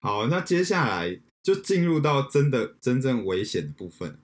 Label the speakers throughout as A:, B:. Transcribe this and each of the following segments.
A: 好，那接下来就进入到真的真正危险的部分。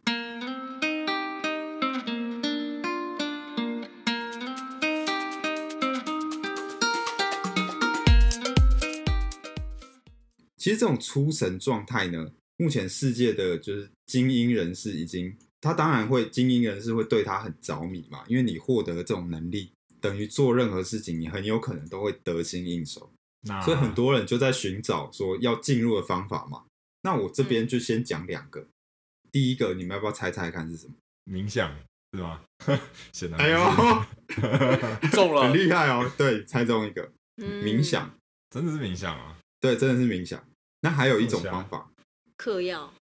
A: 其实这种出神状态呢，目前世界的就是精英人士已经，他当然会精英人士会对他很着迷嘛，因为你获得这种能力，等于做任何事情，你很有可能都会得心应手。
B: 那
A: 所以很多人就在寻找说要进入的方法嘛。那我这边就先讲两个，第一个你们要不要猜猜看是什么？
B: 冥想是吗？ 显然，
A: 哎 呦，
C: 中了
A: 很，厉害哦！对，猜中一个，
D: 嗯
A: 冥、想，
B: 真的是冥想啊！
A: 对，真的是冥想。那还有一种
B: 冥想
A: 方法，
D: 嗑药，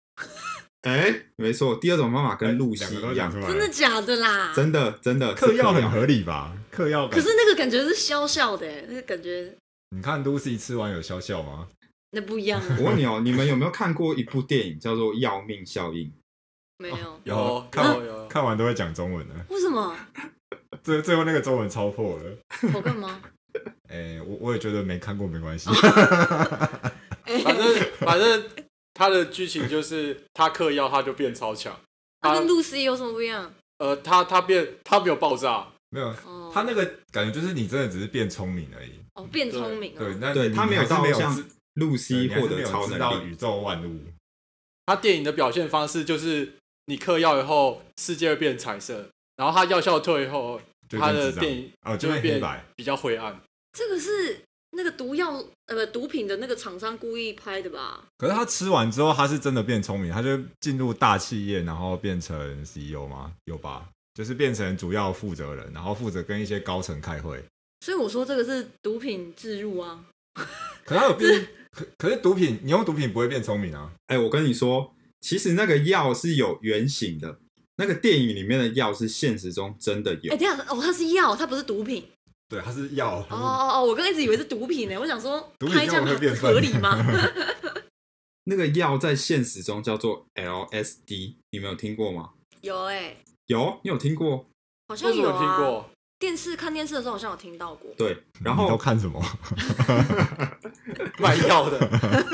A: 哎，没错，第二种方法跟露西
B: 哎两个都
A: 一
B: 讲
A: 样
B: 出，来了，
D: 真的假的啦？
A: 真的真的
B: 嗑
A: 是
B: 药
A: 嗑
B: 很合理吧？嗑药感
D: 可是那个感觉是消笑的，那个感觉
B: 你看 Lucy 吃完有笑笑吗？
D: 那不一样啊，
A: 我问你哦，你们有没有看过一部电影叫做《要命效应》？
D: 没有。
B: 有
C: 有
B: 看
C: 有有
B: 看完都会讲中文的，
D: 为什么？
B: 最最后那个中文超破了。
D: 我 干嘛？
B: 哎、我我也觉得没看过没关系。
D: 哎、
C: 反正反正他的剧情就是他嗑药他就变超强，
D: 它
C: 他
D: 跟露丝有什么不一样？
C: 呃他他变他没有爆炸，
B: 没有，
D: 哦，
B: 他那个感觉就是你真的只是变聪明而已。
D: 哦变聪明
B: 对，
D: 了，
B: 那
A: 对
B: 你
A: 他没有
B: 还是
A: 到
B: 没有
A: 像
B: 知
A: 露西
B: 对你还是
A: 获
B: 没
A: 得
B: 有
A: 超
B: 知道
A: 能力，
B: 宇宙万物。
C: 他电影的表现方式就是你嗑药以后世界会变彩色，然后他药效退以后
B: 就
C: 他
B: 变
C: 的
B: 智障
C: 电影
B: 哦，就
C: 就会
B: 会
C: 变
B: 变白。
C: 比较灰暗。
D: 这个是那个毒药呃不毒品的那个厂商故意拍的吧？
B: 可是他吃完之后，他是真的变聪明，他就进入大企业，然后变成 CEO 吗？有吧？就是变成主要负责人，然后负责跟一些高层开会。
D: 所以我说这个是毒品置入啊。
B: 可是他有变，可可是毒品，你用毒品不会变聪明啊？
A: 哎、我跟你说，其实那个药是有原型的，那个电影里面的药是现实中真的有。
D: 哎、等一下哦，它是药，它不是毒品。
B: 对，他是药。
D: 哦 哦哦，我刚一直以为是毒品呢，我想说
B: 毒品
D: 拍这样
B: 药会变笨
D: 合理 吗？
A: 那个药在现实中叫做 LSD，你们有听过吗？
D: 有哎、
A: 有，你有听过？
D: 好像
C: 为什
D: 有
C: 么听
D: 啊。
C: 过？
D: 电视看电视的时候好像有听到过。
A: 对，然
B: 嗯你都
A: 后
B: 看什么？
C: 卖药的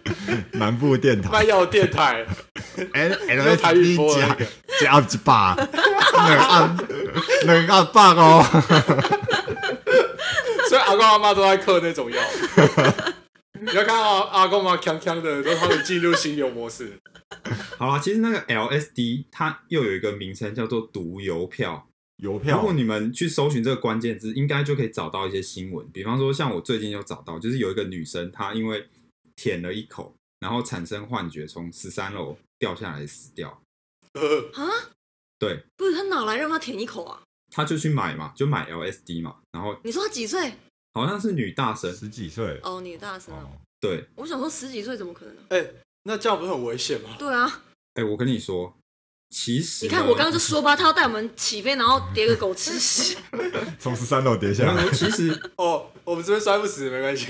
B: 南部电
C: 卖
B: 台
C: 药电台，
B: ，N
C: 用台语播的那
B: 加
C: 个
B: 加一把，两按两按把哦。
C: 所以阿公阿妈都在嗑那 种药。你要看到阿公阿妈强强的，都他们进入心流模式。
A: 好啦，其实那个 LSD 它又有一个名称叫做毒邮票。
B: 邮票
A: 如果你们去搜寻这个关键字，应该就可以找到一些新闻。比方说，像我最近有找到，就是有一个女生，她因为舔了一口，然后产生幻觉，从十三楼掉下来死掉。
C: 呃，
D: 啊，
A: 对，
D: 不是他哪来让他舔一口啊？
A: 她就去买嘛，就买 LSD 嘛，然后
D: 你说他几岁？
A: 好像是女大生，
B: 十几岁
D: 哦，你大声啊！
B: 哦，
A: 对，
D: 我想说十几岁怎么可能呢、
C: 哎、那这样不是很危险吗？
D: 对啊，
A: 哎、我跟你说，其实
D: 你
A: 呢
D: 看我刚刚就说吧，他要带我们起飞，然后叠个狗 吃屎。
B: 从十三楼跌
A: 我
B: 下
A: 刚刚
B: 来
A: 说，其实
C: 哦，我们这边摔不死没关系。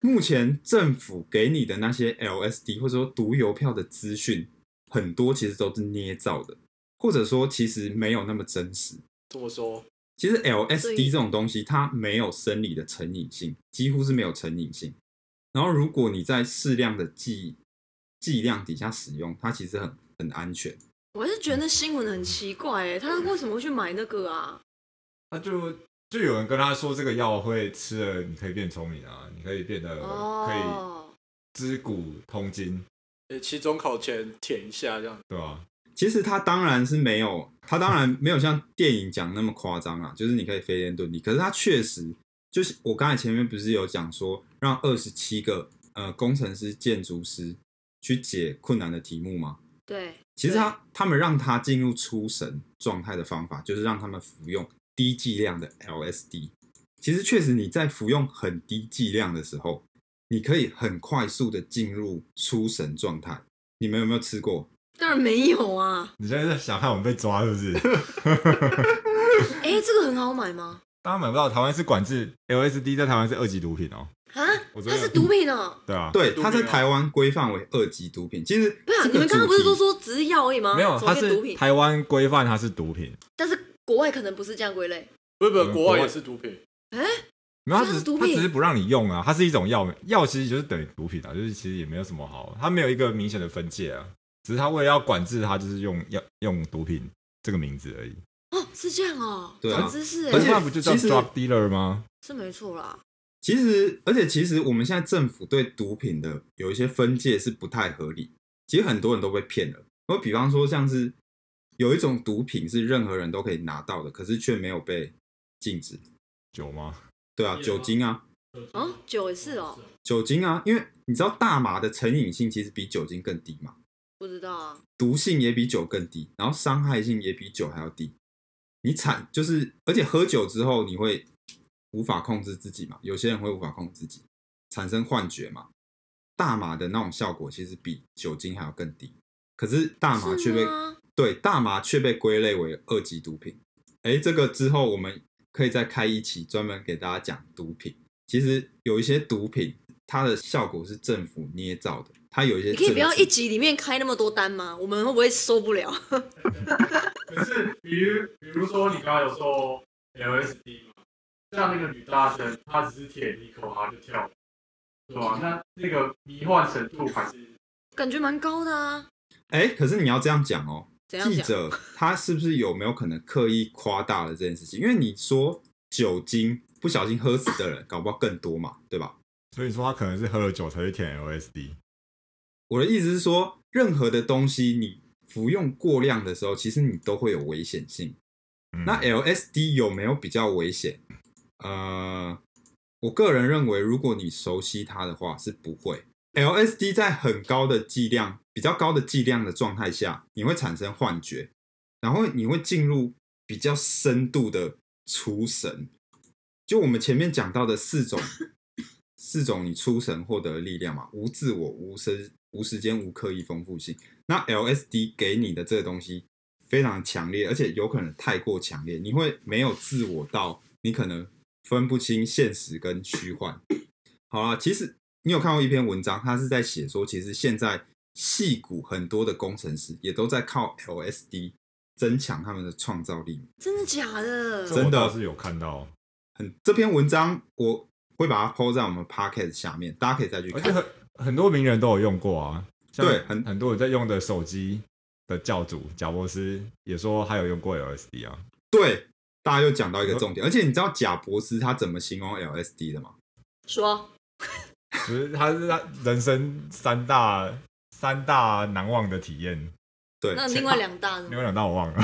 A: 目前政府给你的那些 LSD 或者说毒邮票的资讯，很多其实都是捏造的，或者说其实没有那么真实。
C: 这么说，
A: 其实
D: 所
A: LSD
D: 以
A: 这种东西，它没有生理的成瘾性，几乎是没有成瘾性。然后，如果你在适量的剂剂量底下使用，它其实很很安全。
D: 我还是觉得那新闻很奇怪哎，他为什么会去买那个啊？
B: 他就就有人跟他说，这个药会吃了，你可以变聪明啊，你可以变得可以
D: 哦，
B: 知古通今，
C: 呃期中考前舔一下这样。
B: 对吧？
A: 其实它当然是没有，它当然没有像电影讲那么夸张啊， 就是你可以飞天遁地。可是它确实就是我刚才前面不是有讲说，让二十七个呃工程师、建筑师去解困难的题目吗？
D: 对，
A: 其实他他们让他进入出神状态的方法，就是让他们服用低剂量的 LSD。其实确实你在服用很低剂量的时候，你可以很快速的进入出神状态。你们有没有吃过？
D: 当然没有啊。
B: 你现在是想看我们被抓是不是？
D: 哎，这个很好买吗？
B: 当然买不到，台湾是管制 LSD，在台湾是二级毒品哦。
D: 啊，
B: 我这
D: 它
B: 边
D: 是毒品哦。
B: 对啊，
A: 对，
C: 毒品
A: 它在
C: 啊
A: 台湾规范为二级毒品。其实
D: 不是啊，
A: 这个
D: 你们刚刚不是
A: 主
D: 都
A: 题
D: 说只是药而已吗？
B: 没有，
D: 啊怎么
B: 它
D: 变毒
B: 是
D: 品？
B: 台湾规范它是毒品，
D: 但是国外可能不是这样归类。
C: 不是不
B: 嗯
C: 是，国外
B: 国外
C: 也是毒品。
D: 哎，
B: 没有，它只
D: 这样
B: 是
D: 毒
B: 它
D: 品
B: 只是不让你用啊，它是一种药，药其实就是等于毒品啊，就是其实也没有什么好，它没有一个明显的分界啊，只是它为了要管制它，就是用药用毒品这个名字而已。
D: 哦，是这样哦，
A: 对啊
D: 长知识
A: 而
D: 哎
A: 且，
B: 那不就叫
A: 其实
B: drug dealer 吗？
D: 是没错啦。
A: 其实，而且其实我们现在政府对毒品的有一些分界是不太合理，其实很多人都被骗了。我比方说，像是有一种毒品是任何人都可以拿到的，可是却没有被禁止。
B: 酒吗？
A: 对啊，
C: 也
A: 酒精啊，
D: 哦，酒也是哦，
A: 酒精啊，因为你知道大麻的成瘾性其实比酒精更低嘛，
D: 不知道啊。
A: 毒性也比酒更低，然后伤害性也比酒还要低。你产就是，而且喝酒之后你会无法控制自己嘛，有些人会无法控制自己，产生幻觉嘛。大麻的那种效果其实比酒精还要更低，可是大麻却
D: 是
A: 被
D: 吗？
A: 对大麻却被归类为二级毒品。哎，这个之后我们可以再开一期专门给大家讲毒品。其实有一些毒品，它的效果是政府捏造的，它有一些
D: 你可以不要
A: 政治
D: 一集里面开那么多单吗？我们会不会受不了？
E: 可是，比如比如说你刚刚有说 LSD 嘛，像那个女大生，她只是舔一口，她就跳了，对吧、那那个迷幻程度还是
D: 感觉蛮高的啊。
A: 哎，可是你要这样讲哦，
D: 怎样
A: 记
D: 讲？
A: 者他是不是有没有可能刻意夸大了这件事情？因为你说酒精不小心喝死的人，搞不好更多嘛，对吧？
B: 所以说他可能是喝了酒才去舔 LSD。
A: 我的意思是说，任何的东西你服用过量的时候，其实你都会有危险性。
B: 嗯
A: 那 LSD 有没有比较危险？呃，我个人认为，如果你熟悉它的话，是不会。LSD 在很高的剂量、比较高的剂量的状态下，你会产生幻觉，然后你会进入比较深度的出神。就我们前面讲到的四种，四种你出神获得的力量嘛，无自我、无时、无时间、无刻意丰富性。那 LSD 给你的这个东西非常强烈，而且有可能太过强烈，你会没有自我到，你可能分不清现实跟虚幻。 好啦，其实你有看过一篇文章，它是在写说，其实现在戏骨很多的工程师也都在靠 LSD 增强他们的创造力。
D: 真的假的？
B: 这我
A: 真的
B: 倒是有看到，
A: 很这篇文章我会把它抛在我们 podcast 下面，大家可以再去
B: 而且
A: 看。
B: 很很多名人都有用过啊，像
A: 对很
B: 很多人在用的手机的教主贾博斯也说他有用过 LSD 啊，
A: 对，大家又讲到一个重点，而且你知道贾博斯他怎么形容 LSD 的吗？
D: 说
B: 就是他是他人生三大三大难忘的体验，
A: 对，
D: 那另外两大呢
B: 另？外两大我忘了，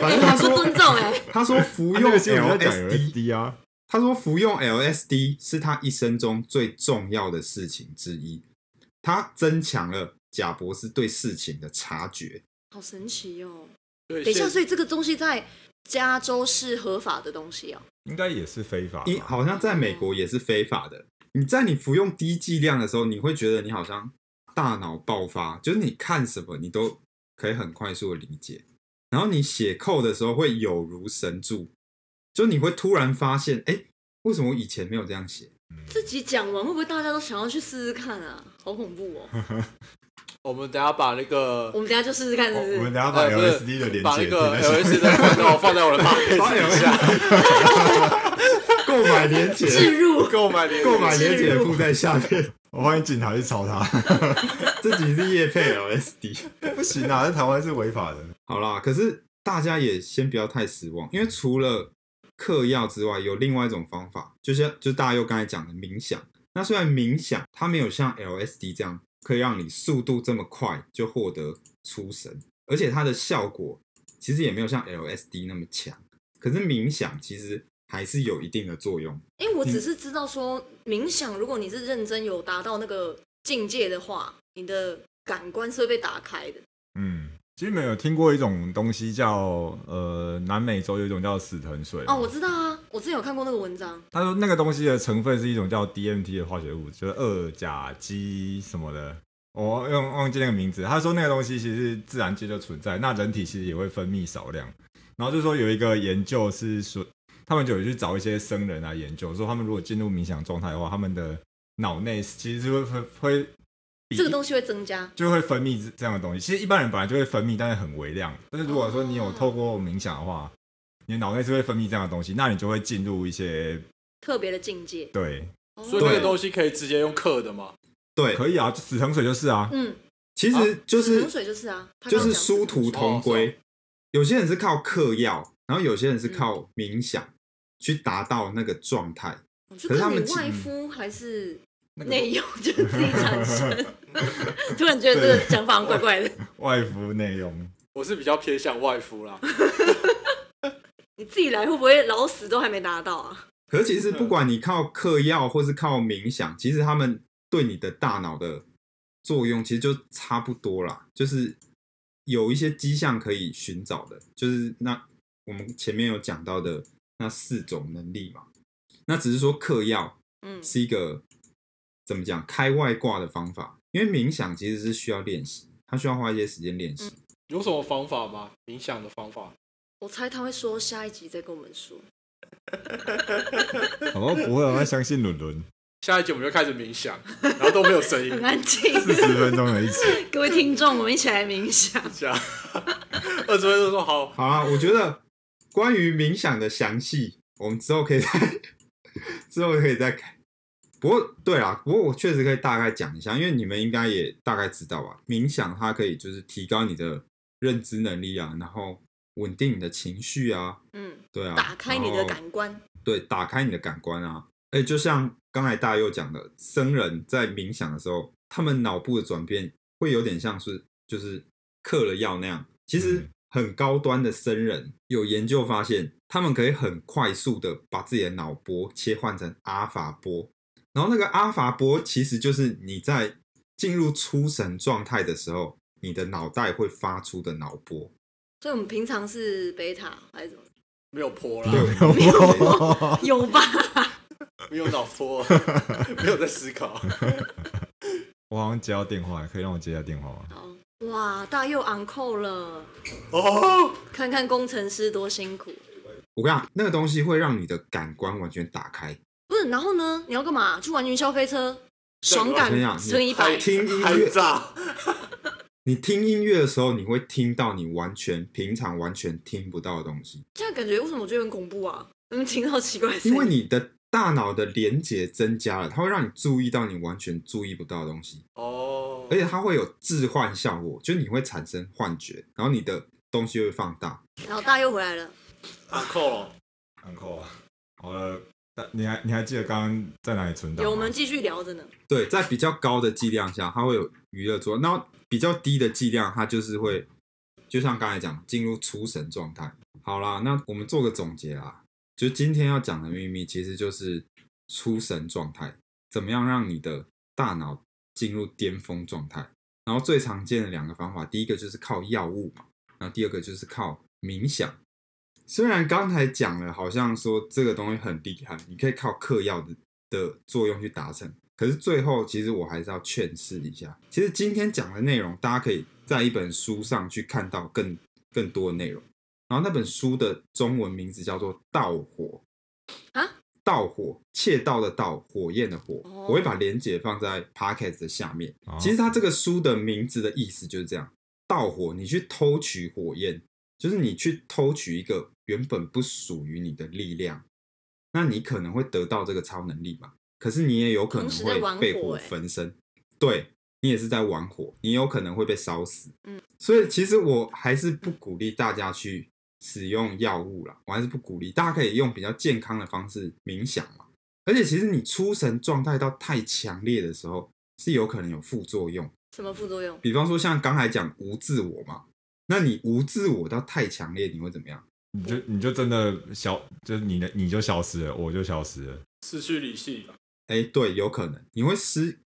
A: 反正他
D: 不尊
A: 说
D: 重 哎、
A: 他说服用
B: 啊 那个新闻在讲
A: LSD，
B: LSD 啊，
A: 他说服用 LSD 是他一生中最重要的事情之一，他增强了贾博斯对事情的察觉。
D: 好神奇哦！
C: 对，
D: 等一下，
C: 现
D: 所以这个东西在加州是合法的东西哦。
B: 应该也是非法吧，
A: 你好像在美国也是非法的。你在你服用低剂量的时候，你会觉得你好像大脑爆发，就是你看什么你都可以很快速的理解。然后你写扣的时候会有如神助，就你会突然发现，哎、为什么我以前没有这样 写？
D: 这集讲完，会不会大家都想要去试试看啊？好恐怖 哦！
C: 我们等一下把那个
D: 我们等一下就试试看，
A: 哦
B: 我
D: 是不
B: 我们
D: 是？
B: 等一下把
C: 呃不是
B: LSD 的连
C: 把那
B: 接
C: 个
B: 贴在下
C: LS 的频道放在我的 p o d
A: 把
C: c 下，
A: 购买链接，
D: 置入
C: 购买链接
A: 购买链接附在下面。
B: 我欢迎警察去抄他，
A: 这集是叶配 LSD。
B: 不行啊，在台湾是违法的。
A: 好啦，可是大家也先不要太失望，因为除了嗑药之外，有另外一种方法，就是就大家又刚才讲的冥想。那虽然冥想它没有像 LSD 这样可以让你速度这么快就获得出神，而且它的效果其实也没有像 LSD 那么强。可是冥想其实还是有一定的作用。
D: 哎、我只是知道说冥想，如果你是认真有达到那个境界的话，你的感官是会被打开的。
B: 嗯，其实没有听过一种东西叫呃，南美洲有一种叫死藤水嘛
D: 哦，我知道啊，我之前有看过那个文章，
B: 他说那个东西的成分是一种叫 DMT 的化学物，就是二甲基什么的，我用忘记那个名字。他说那个东西其实自然界就存在，那人体其实也会分泌少量。然后就说有一个研究是说，他们就有去找一些僧人来研究，说他们如果进入冥想状态的话，他们的脑内其实是会分会比
D: 这个东西会增加。
B: 就会分泌这样的东西。其实一般人本来就会分泌，但是很微量。但是如果说你有透过冥想的话，你的脑内是会分泌这样的东西，那你就会进入一些
D: 特别的境界。
B: 对，
D: 哦
C: 所以那个东西可以直接用刻的嘛？
A: 对，
B: 可以啊，就死藤水就是啊，
D: 嗯，
A: 其实就是、
D: 衡水就是啊，他
A: 就
D: 刚
A: 是
D: 刚讲
A: 殊途同
C: 哦
A: 归。有些人是靠嗑药，然后有些
D: 嗯
A: 人是靠冥想去达到那个状态。
D: 哦就
A: 可是他
D: 看
A: 们嗯
D: 你
A: 其
D: 外敷还是
B: 那个
D: 内用，就自己产生。 突然觉得这个讲法很怪怪的，
B: 外敷内用，
C: 我是比较偏向外敷啦，
D: 你自己来会不会老死都还没达到啊？
A: 可是其实不管你靠嗑药或是靠冥想，其实他们对你的大脑的作用其实就差不多啦，就是有一些迹象可以寻找的，就是那我们前面有讲到的那四种能力嘛。那只是说嗑药
D: 嗯，
A: 是一个怎么讲开外挂的方法，因为冥想其实是需要练习，它需要花一些时间练习。
D: 嗯
C: 有什么方法吗？冥想的方法？
D: 我猜他会说下一集再跟我们说。
B: 哦，不会，我要相信伦 伦，
C: 下一集我们就开始冥想，然后都没有声音
D: 很，安 静，
B: 四十分钟的一集，
D: 各位听众，我们一起来冥想。
C: 这样二十分钟说好，
A: 好啦，我觉得关于冥想的详细，我们之后可以再之后可以再看。不过对啦，不过我确实可以大概讲一下，因为你们应该也大概知道吧。冥想它可以就是提高你的认知能力啊，然后稳定你的情绪啊，
D: 嗯，
A: 对啊，
D: 打开你的
A: 然后
D: 感官。
A: 对，打开你的感官啊。哎，就像刚才大佑讲的，僧人在冥想的时候，他们脑部的转变会有点像是就是嗑了药那样。其实
B: 嗯
A: 很高端的僧人有研究发现，他们可以很快速的把自己的脑波切换成阿法波，然后那个阿法波其实就是你在进入出神状态的时候，你的脑袋会发出的脑波。
D: 所以我们平常是贝塔还是怎么？
C: 没有坡
A: 对
C: 啦，
D: 有吧？
C: 没有脑波，没有在思考。
B: 我好像接到电话，可以让我接一下电话吗？
D: 好，哇，大佑 uncle 了，
C: 哦，
D: 看看工程师多辛苦。
A: 我跟你讲，那个东西会让你的感官完全打开，
D: 不是，然后呢？你要干嘛？去玩云霄飞车，爽
A: 我跟你讲
D: 感
A: 你
D: 乘以
C: 嗨
D: 百。
A: 听音乐
C: 嗨炸，
A: 你听音乐的时候，你会听到你完全平常完全听不到的东西，
D: 这样感觉为什么我觉得很恐怖啊？能听到奇怪的声
A: 因
D: 音？
A: 为你的大脑的连接增加了，它会让你注意到你完全注意不到的东西，
C: 哦，
A: 而且它会有置换效果，就你会产生幻觉，然后你的东西会放大。
D: 然后大佑回来了，
C: 打扣了，
B: uncle 啊，好了，但你还你还记得刚刚在哪里存档吗？
D: 有我们继续聊着呢。
A: 对，在比较高的剂量下，它会有娱乐作用；那比较低的剂量，它就是会，就像刚才讲，进入出神状态。好啦，那我们做个总结啦，就今天要讲的秘密，其实就是出神状态，怎么样让你的大脑进入巅峰状态。然后最常见的两个方法，第一个就是靠药物嘛，然后第二个就是靠冥想。虽然刚才讲了，好像说这个东西很厉害，你可以靠嗑药的的作用去达成。可是最后，其实我还是要劝示一下。其实今天讲的内容，大家可以在一本书上去看到更更多的内容。然后那本书的中文名字叫做《盗火》
D: 啊，
A: 盗火，窃盗的盗，火焰的火。
D: 哦
A: 我会把连结放在 p o c k e t 的下面。
B: 哦
A: 其实它这个书的名字的意思就是这样：盗火，你去偷取火焰，就是你去偷取一个原本不属于你的力量，那你可能会得到这个超能力吧？可是你也有可能
D: 同时在玩
A: 会
D: 火
A: 被火
D: 欸
A: 焚身，对你也是在玩火，你有可能会被烧死。
D: 嗯，
A: 所以其实我还是不鼓励大家去使用药物啦，我还是不鼓励大家可以用比较健康的方式冥想嘛。而且其实你出神状态到太强烈的时候，是有可能有副作用。
D: 什么副作用？
A: 比方说像刚才讲无自我嘛，那你无自我到太强烈，你会怎么样？
B: 你就你就真的消，就是你的你就消失了，我就消失了。
C: 失去理性，
A: 哎，对，有可能你会失，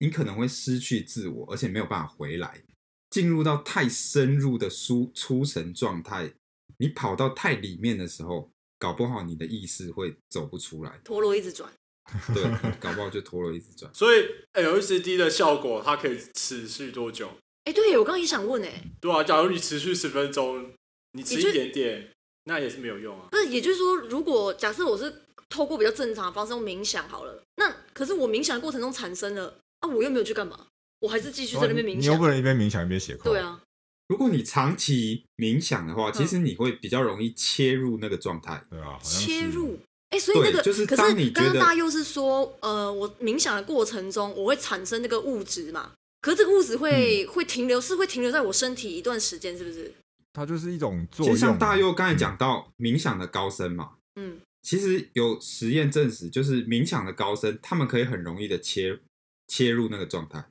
A: 你可能会失去自我，而且没有办法回来，进入到太深入的出出神状态，你跑到太里面的时候，搞不好你的意识会走不出来，
D: 陀螺一直转，
A: 对，搞不好就陀螺一直转。
C: 所以哎 LSD 的效果它可以持续多久？
D: 哎，对我刚刚也想问哎，
C: 对啊，假如你持续十分钟，你吃
D: 你就
C: 一点点，那也是没有用啊。
D: 不是，也就是说，如果假设我是透过比较正常的方式用冥想好了，那可是我冥想的过程中产生了啊，我又没有去干嘛，我还是继续在那边冥
B: 哦你又
D: 想
B: 不。能一边冥想一边写扣。
D: 对，啊，
A: 如果你长
B: 嗯
A: 期冥想的话，其实你会比较容易切入那个状态。
B: 对啊，好像是
D: 切入哎、所以那个
A: 对就是
D: 可
A: 当你
D: 是
A: 觉
D: 刚刚
A: 得
D: 大佑是说，呃，我冥想的过程中，我会产生那个物质嘛？可是这个物质会、
A: 嗯
D: 会停留，是会停留在我身体一段时间，是不是？
B: 它就是一种作
A: 其
B: 用。啊嗯
A: 实像大佑刚才讲到冥想的高僧嘛，
D: 嗯，
A: 其实有实验证实，就是冥想的高僧，他们可以很容易的切切入那个状态。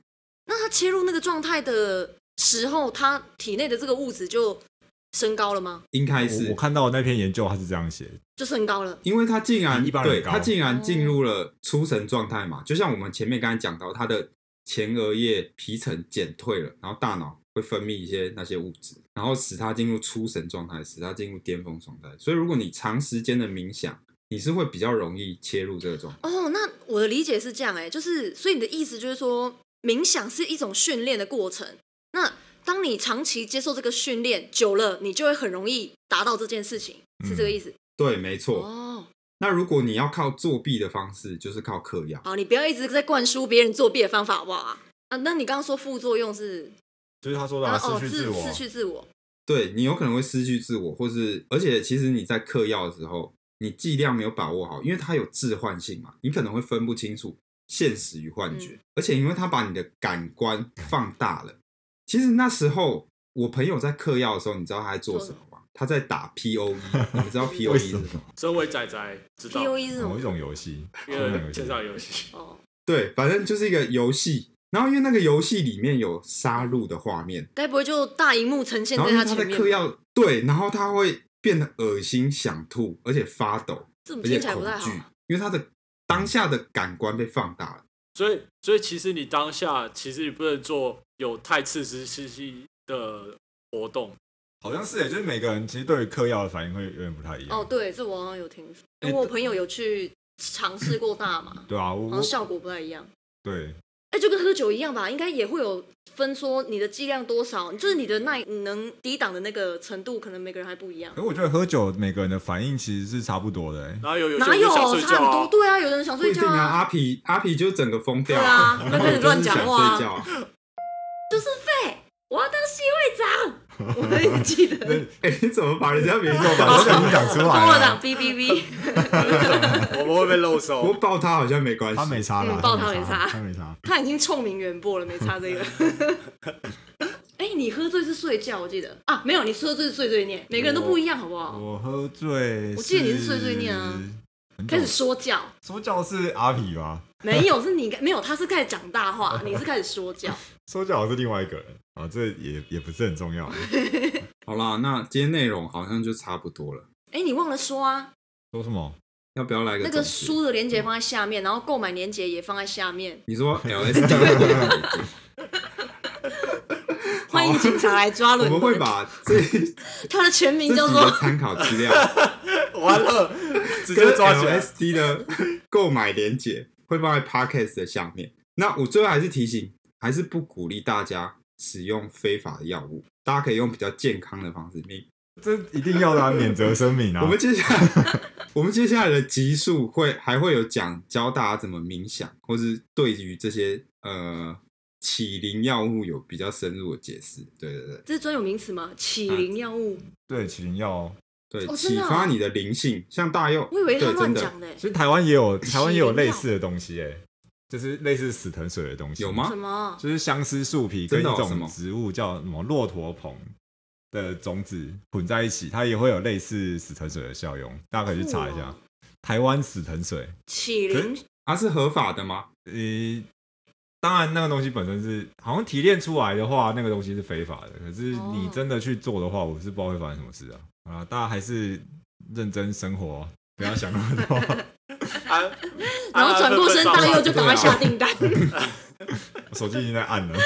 D: 那他切入那个状态的时候，他体内的这个物质就升高了吗？
A: 应该
B: 我，
A: 是
B: 我看到那篇研究，它是这样写，
D: 就升高了。
A: 因为他竟然
B: 比一般人
A: 对
B: 高
A: 他竟然进入了出神状态嘛，就像我们前面刚才讲到，他的前额叶皮层减退了，然后大脑会分泌一些那些物质，然后使他进入出神状态，使他进入巅峰状态。所以如果你长时间的冥想，你是会比较容易切入这个状态。
D: 哦，那我的理解是这样、欸，哎，就是所以你的意思就是说，冥想是一种训练的过程。那当你长期接受这个训练久了，你就会很容易达到这件事情，是
A: 嗯
D: 这个意思？
A: 对，没错。
D: 哦，
A: 那如果你要靠作弊的方式，就是靠嗑药。
D: 哦好，你不要一直在灌输别人作弊的方法，好不好啊？啊，那你刚刚说副作用是
B: 就是他说的、
D: 刚
B: 啊、
D: 刚、哦，
B: 失去自我
D: 失，去自我，
A: 对你有可能会失去自我，或是而且其实你在嗑药的时候，你剂量没有把握好，因为它有致幻性嘛，你可能会分不清楚现实与幻
D: 嗯
A: 觉，而且因为它把你的感官放大了。其实那时候我朋友在嗑药的时候，你知道他在做
D: 做
A: 什
D: 什
A: 么吗？他在打 POE，你 们知道 POE
B: 为
A: 是
B: 什
A: 什
B: 么
A: 么吗？
C: 身为仔仔知道
D: P O E 是什
B: 某
D: 么
B: 一？种游戏，
C: 一
B: 某一种
C: 个
B: 游
C: 线
B: 戏
C: 上游戏，
D: 哦，
A: 对，反正就是一个游戏。然后因为那个游戏里面有杀戮的画面，
D: 该不会就大荧幕呈现
A: 然
D: 在
A: 后因为他在
D: 前
A: 嗑
D: 面吧？
A: 药，对，然后他会变得恶心、想吐，而且发抖，
D: 这种
A: 而且
D: 听起来不
A: 恐
D: 太好
A: 惧。，因为他的当下的感官被放大了。
C: 所以所以其实你当下其实你不能做有太刺激刺激的活动，
B: 好像是耶，就是每个人其实对于嗑药的反应会有点不太一样。
D: 哦，对，这我好像有听说，
B: 哎
D: 我朋友有去尝试过大
A: 嗯
D: 麻，
B: 对啊，我
D: 好
B: 我
D: 像效果不太一样。
B: 对
D: 哎、就跟喝酒一样吧，应该也会有分说你的剂量多少，就是你的耐你能抵挡的那个程度，可能每个人还不一样
B: 可。是我觉得喝酒每个人的反应其实是差不多的欸，
C: 然后有有些
D: 哪
C: 人就
D: 有
C: 想睡
D: 差
C: 觉
D: 很多？
C: 啊，
D: 对啊，有人想
A: 不一
D: 睡
A: 定
D: 觉
A: 啊，阿皮阿皮就整个疯掉
D: 对啊
A: 然后
D: 那
A: 就是
D: 跟你乱
A: 想
D: 讲话啊
A: 睡觉啊。
D: 就是废，我要当系 会长，我一直记得。
A: 哎，你怎么把人家名字
B: 我把 这个名讲出
D: 共和
B: 来啊
D: 党
B: 了，
D: B B B，
C: 我们会被漏
A: 不过
C: 收。
A: 抱他好像没关
B: 他没
A: 系。
B: 差啦，
D: 嗯爆
B: 没
D: 他没差
B: 他没差。
D: 他已经臭名远播了，没 差这个。哎、你喝醉是睡觉，我记得啊，没有，你喝醉是碎碎念，每个人都不一样，好不
A: 哦
D: 好？
B: 我喝醉，
D: 哦我记得你是碎碎念啊，开始说教，
B: 说教是阿皮吧？
D: 没有，是你没有，他是开始讲大话， 你是开始说教。
B: 说教是另外一个人啊，这也也不是很重要。
A: 好啦，那今天内容好像就差不多了，
D: 哎、你忘了说啊，
B: 说什么？
A: 要不要来个
D: 那
A: 总
D: 个
A: 结？
D: 书的链接放在下面，然后购买链接也放在下面，
A: 你 说 LSD，
D: 欢迎警察来抓
A: 我
D: 伦
A: 们会
D: 敦。
A: 把 这这集
D: 他的全名叫
A: 的
D: 做
A: 参考资料
C: 完了，直
A: 跟
C: 接抓起来。
A: LSD 的购买链接会放在 Podcast 的下面。那我最后还是提醒，还是不鼓励大家使用非法的药物，大家可以用比较健康的方式。你、
B: 这一定要的啊，免责声明啊。
A: 我们接下来 我们接下来的集数会还会有讲教大家怎么冥想，或是对于这些呃起灵药物有比较深入的解释。对对对。
D: 这是专有名词吗？起
A: 啊
D: 灵药物，
B: 对起灵药哦，
A: 对，
D: 哦真
A: 启
D: 的哦
A: 发你的灵性，像大佑，
D: 我以为他
A: 对真
D: 乱
A: 的
D: 讲的、欸
B: 其实台湾也有台湾也有
D: 起灵
B: 类
D: 药
B: 似的东西诶，就是类似死藤水的东西
A: 有吗
D: 什么？
B: 就是相思树皮跟
A: 真
B: 一
A: 的有哦什么
B: 种植物叫什么骆驼蓬的种子混在一起，它也会有类似死藤水的效用，大家可以去查一
D: 好
A: 哦
B: 下
D: 酷。
B: 台湾死藤水，
D: 起灵
A: 它、啊是合法的吗？
B: 呃，当然那个东西本身是好像提炼出来的话，那个东西是非法的。可是
D: 哦
B: 你真的去做的话，我是不知道会发生什么事啊。啊，大家还是认真生活，啊不要想那么多。
C: 安
D: 然后转过身，
C: 啊
A: 啊
D: 大佑就赶快下订单。
B: 我手机已经在按了，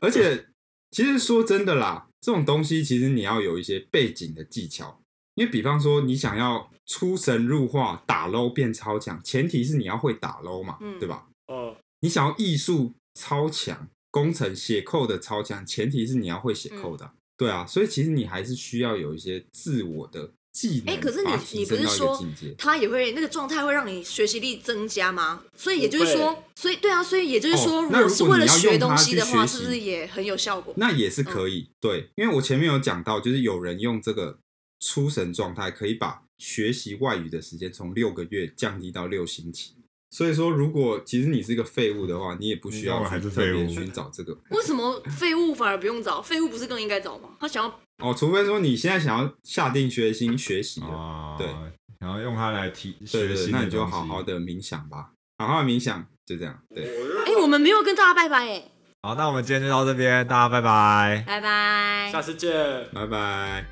A: 而且，其实说真的啦，这种东西其实你要有一些背景的技巧，因为比方说你想要出神入化、打 l 变超强，前提是你要会打 l 嘛，
D: 嗯
A: 对吧？
C: 哦，
A: 你想要艺术超强、工程写扣的超强，前提是你要会写
D: 嗯
A: 扣的啊、对啊。所以其实你还是需要有一些自我的技能，
D: 哎可是你
A: 把它提升
D: 你不
A: 到
D: 是
A: 一个
D: 说
A: 境界。
D: 他也会那个状态会让你学习力增加吗？所以也就是
C: 不
D: 说，所以对啊，所以也就是说，
A: 哦
D: 如
A: 那如
D: 果是
A: 果
D: 为
A: 你
D: 了
A: 要用
D: 学
A: 它
D: 东西的话，
A: 去学习
D: 是不是也很有效果？
A: 那也是可以，对，因为我前面有讲到，就是有人用这个出神状态，可以把学习外语的时间从六个月降低到六星期。所以说，如果其实你是一个废物的话，你也不需
B: 嗯
A: 要
B: 我还
A: 去
B: 是
A: 特别
B: 废物
A: 寻找这个
D: 为什么废物反而不用找？废物不是更应该找吗？他想要
A: 哦，除非说你现在想要下定决心学习了，
B: 啊，
A: 对，
B: 然后用它来提
A: 对
B: 学
A: 对，
B: 习，
A: 那你就好好。的冥想吧，好好地冥想，就这样。对，
D: 哎、我们没有跟大家拜拜哎、
B: 好，那我们今天就到这边，大家拜拜。
D: 拜拜
C: 下次见。
A: 拜拜。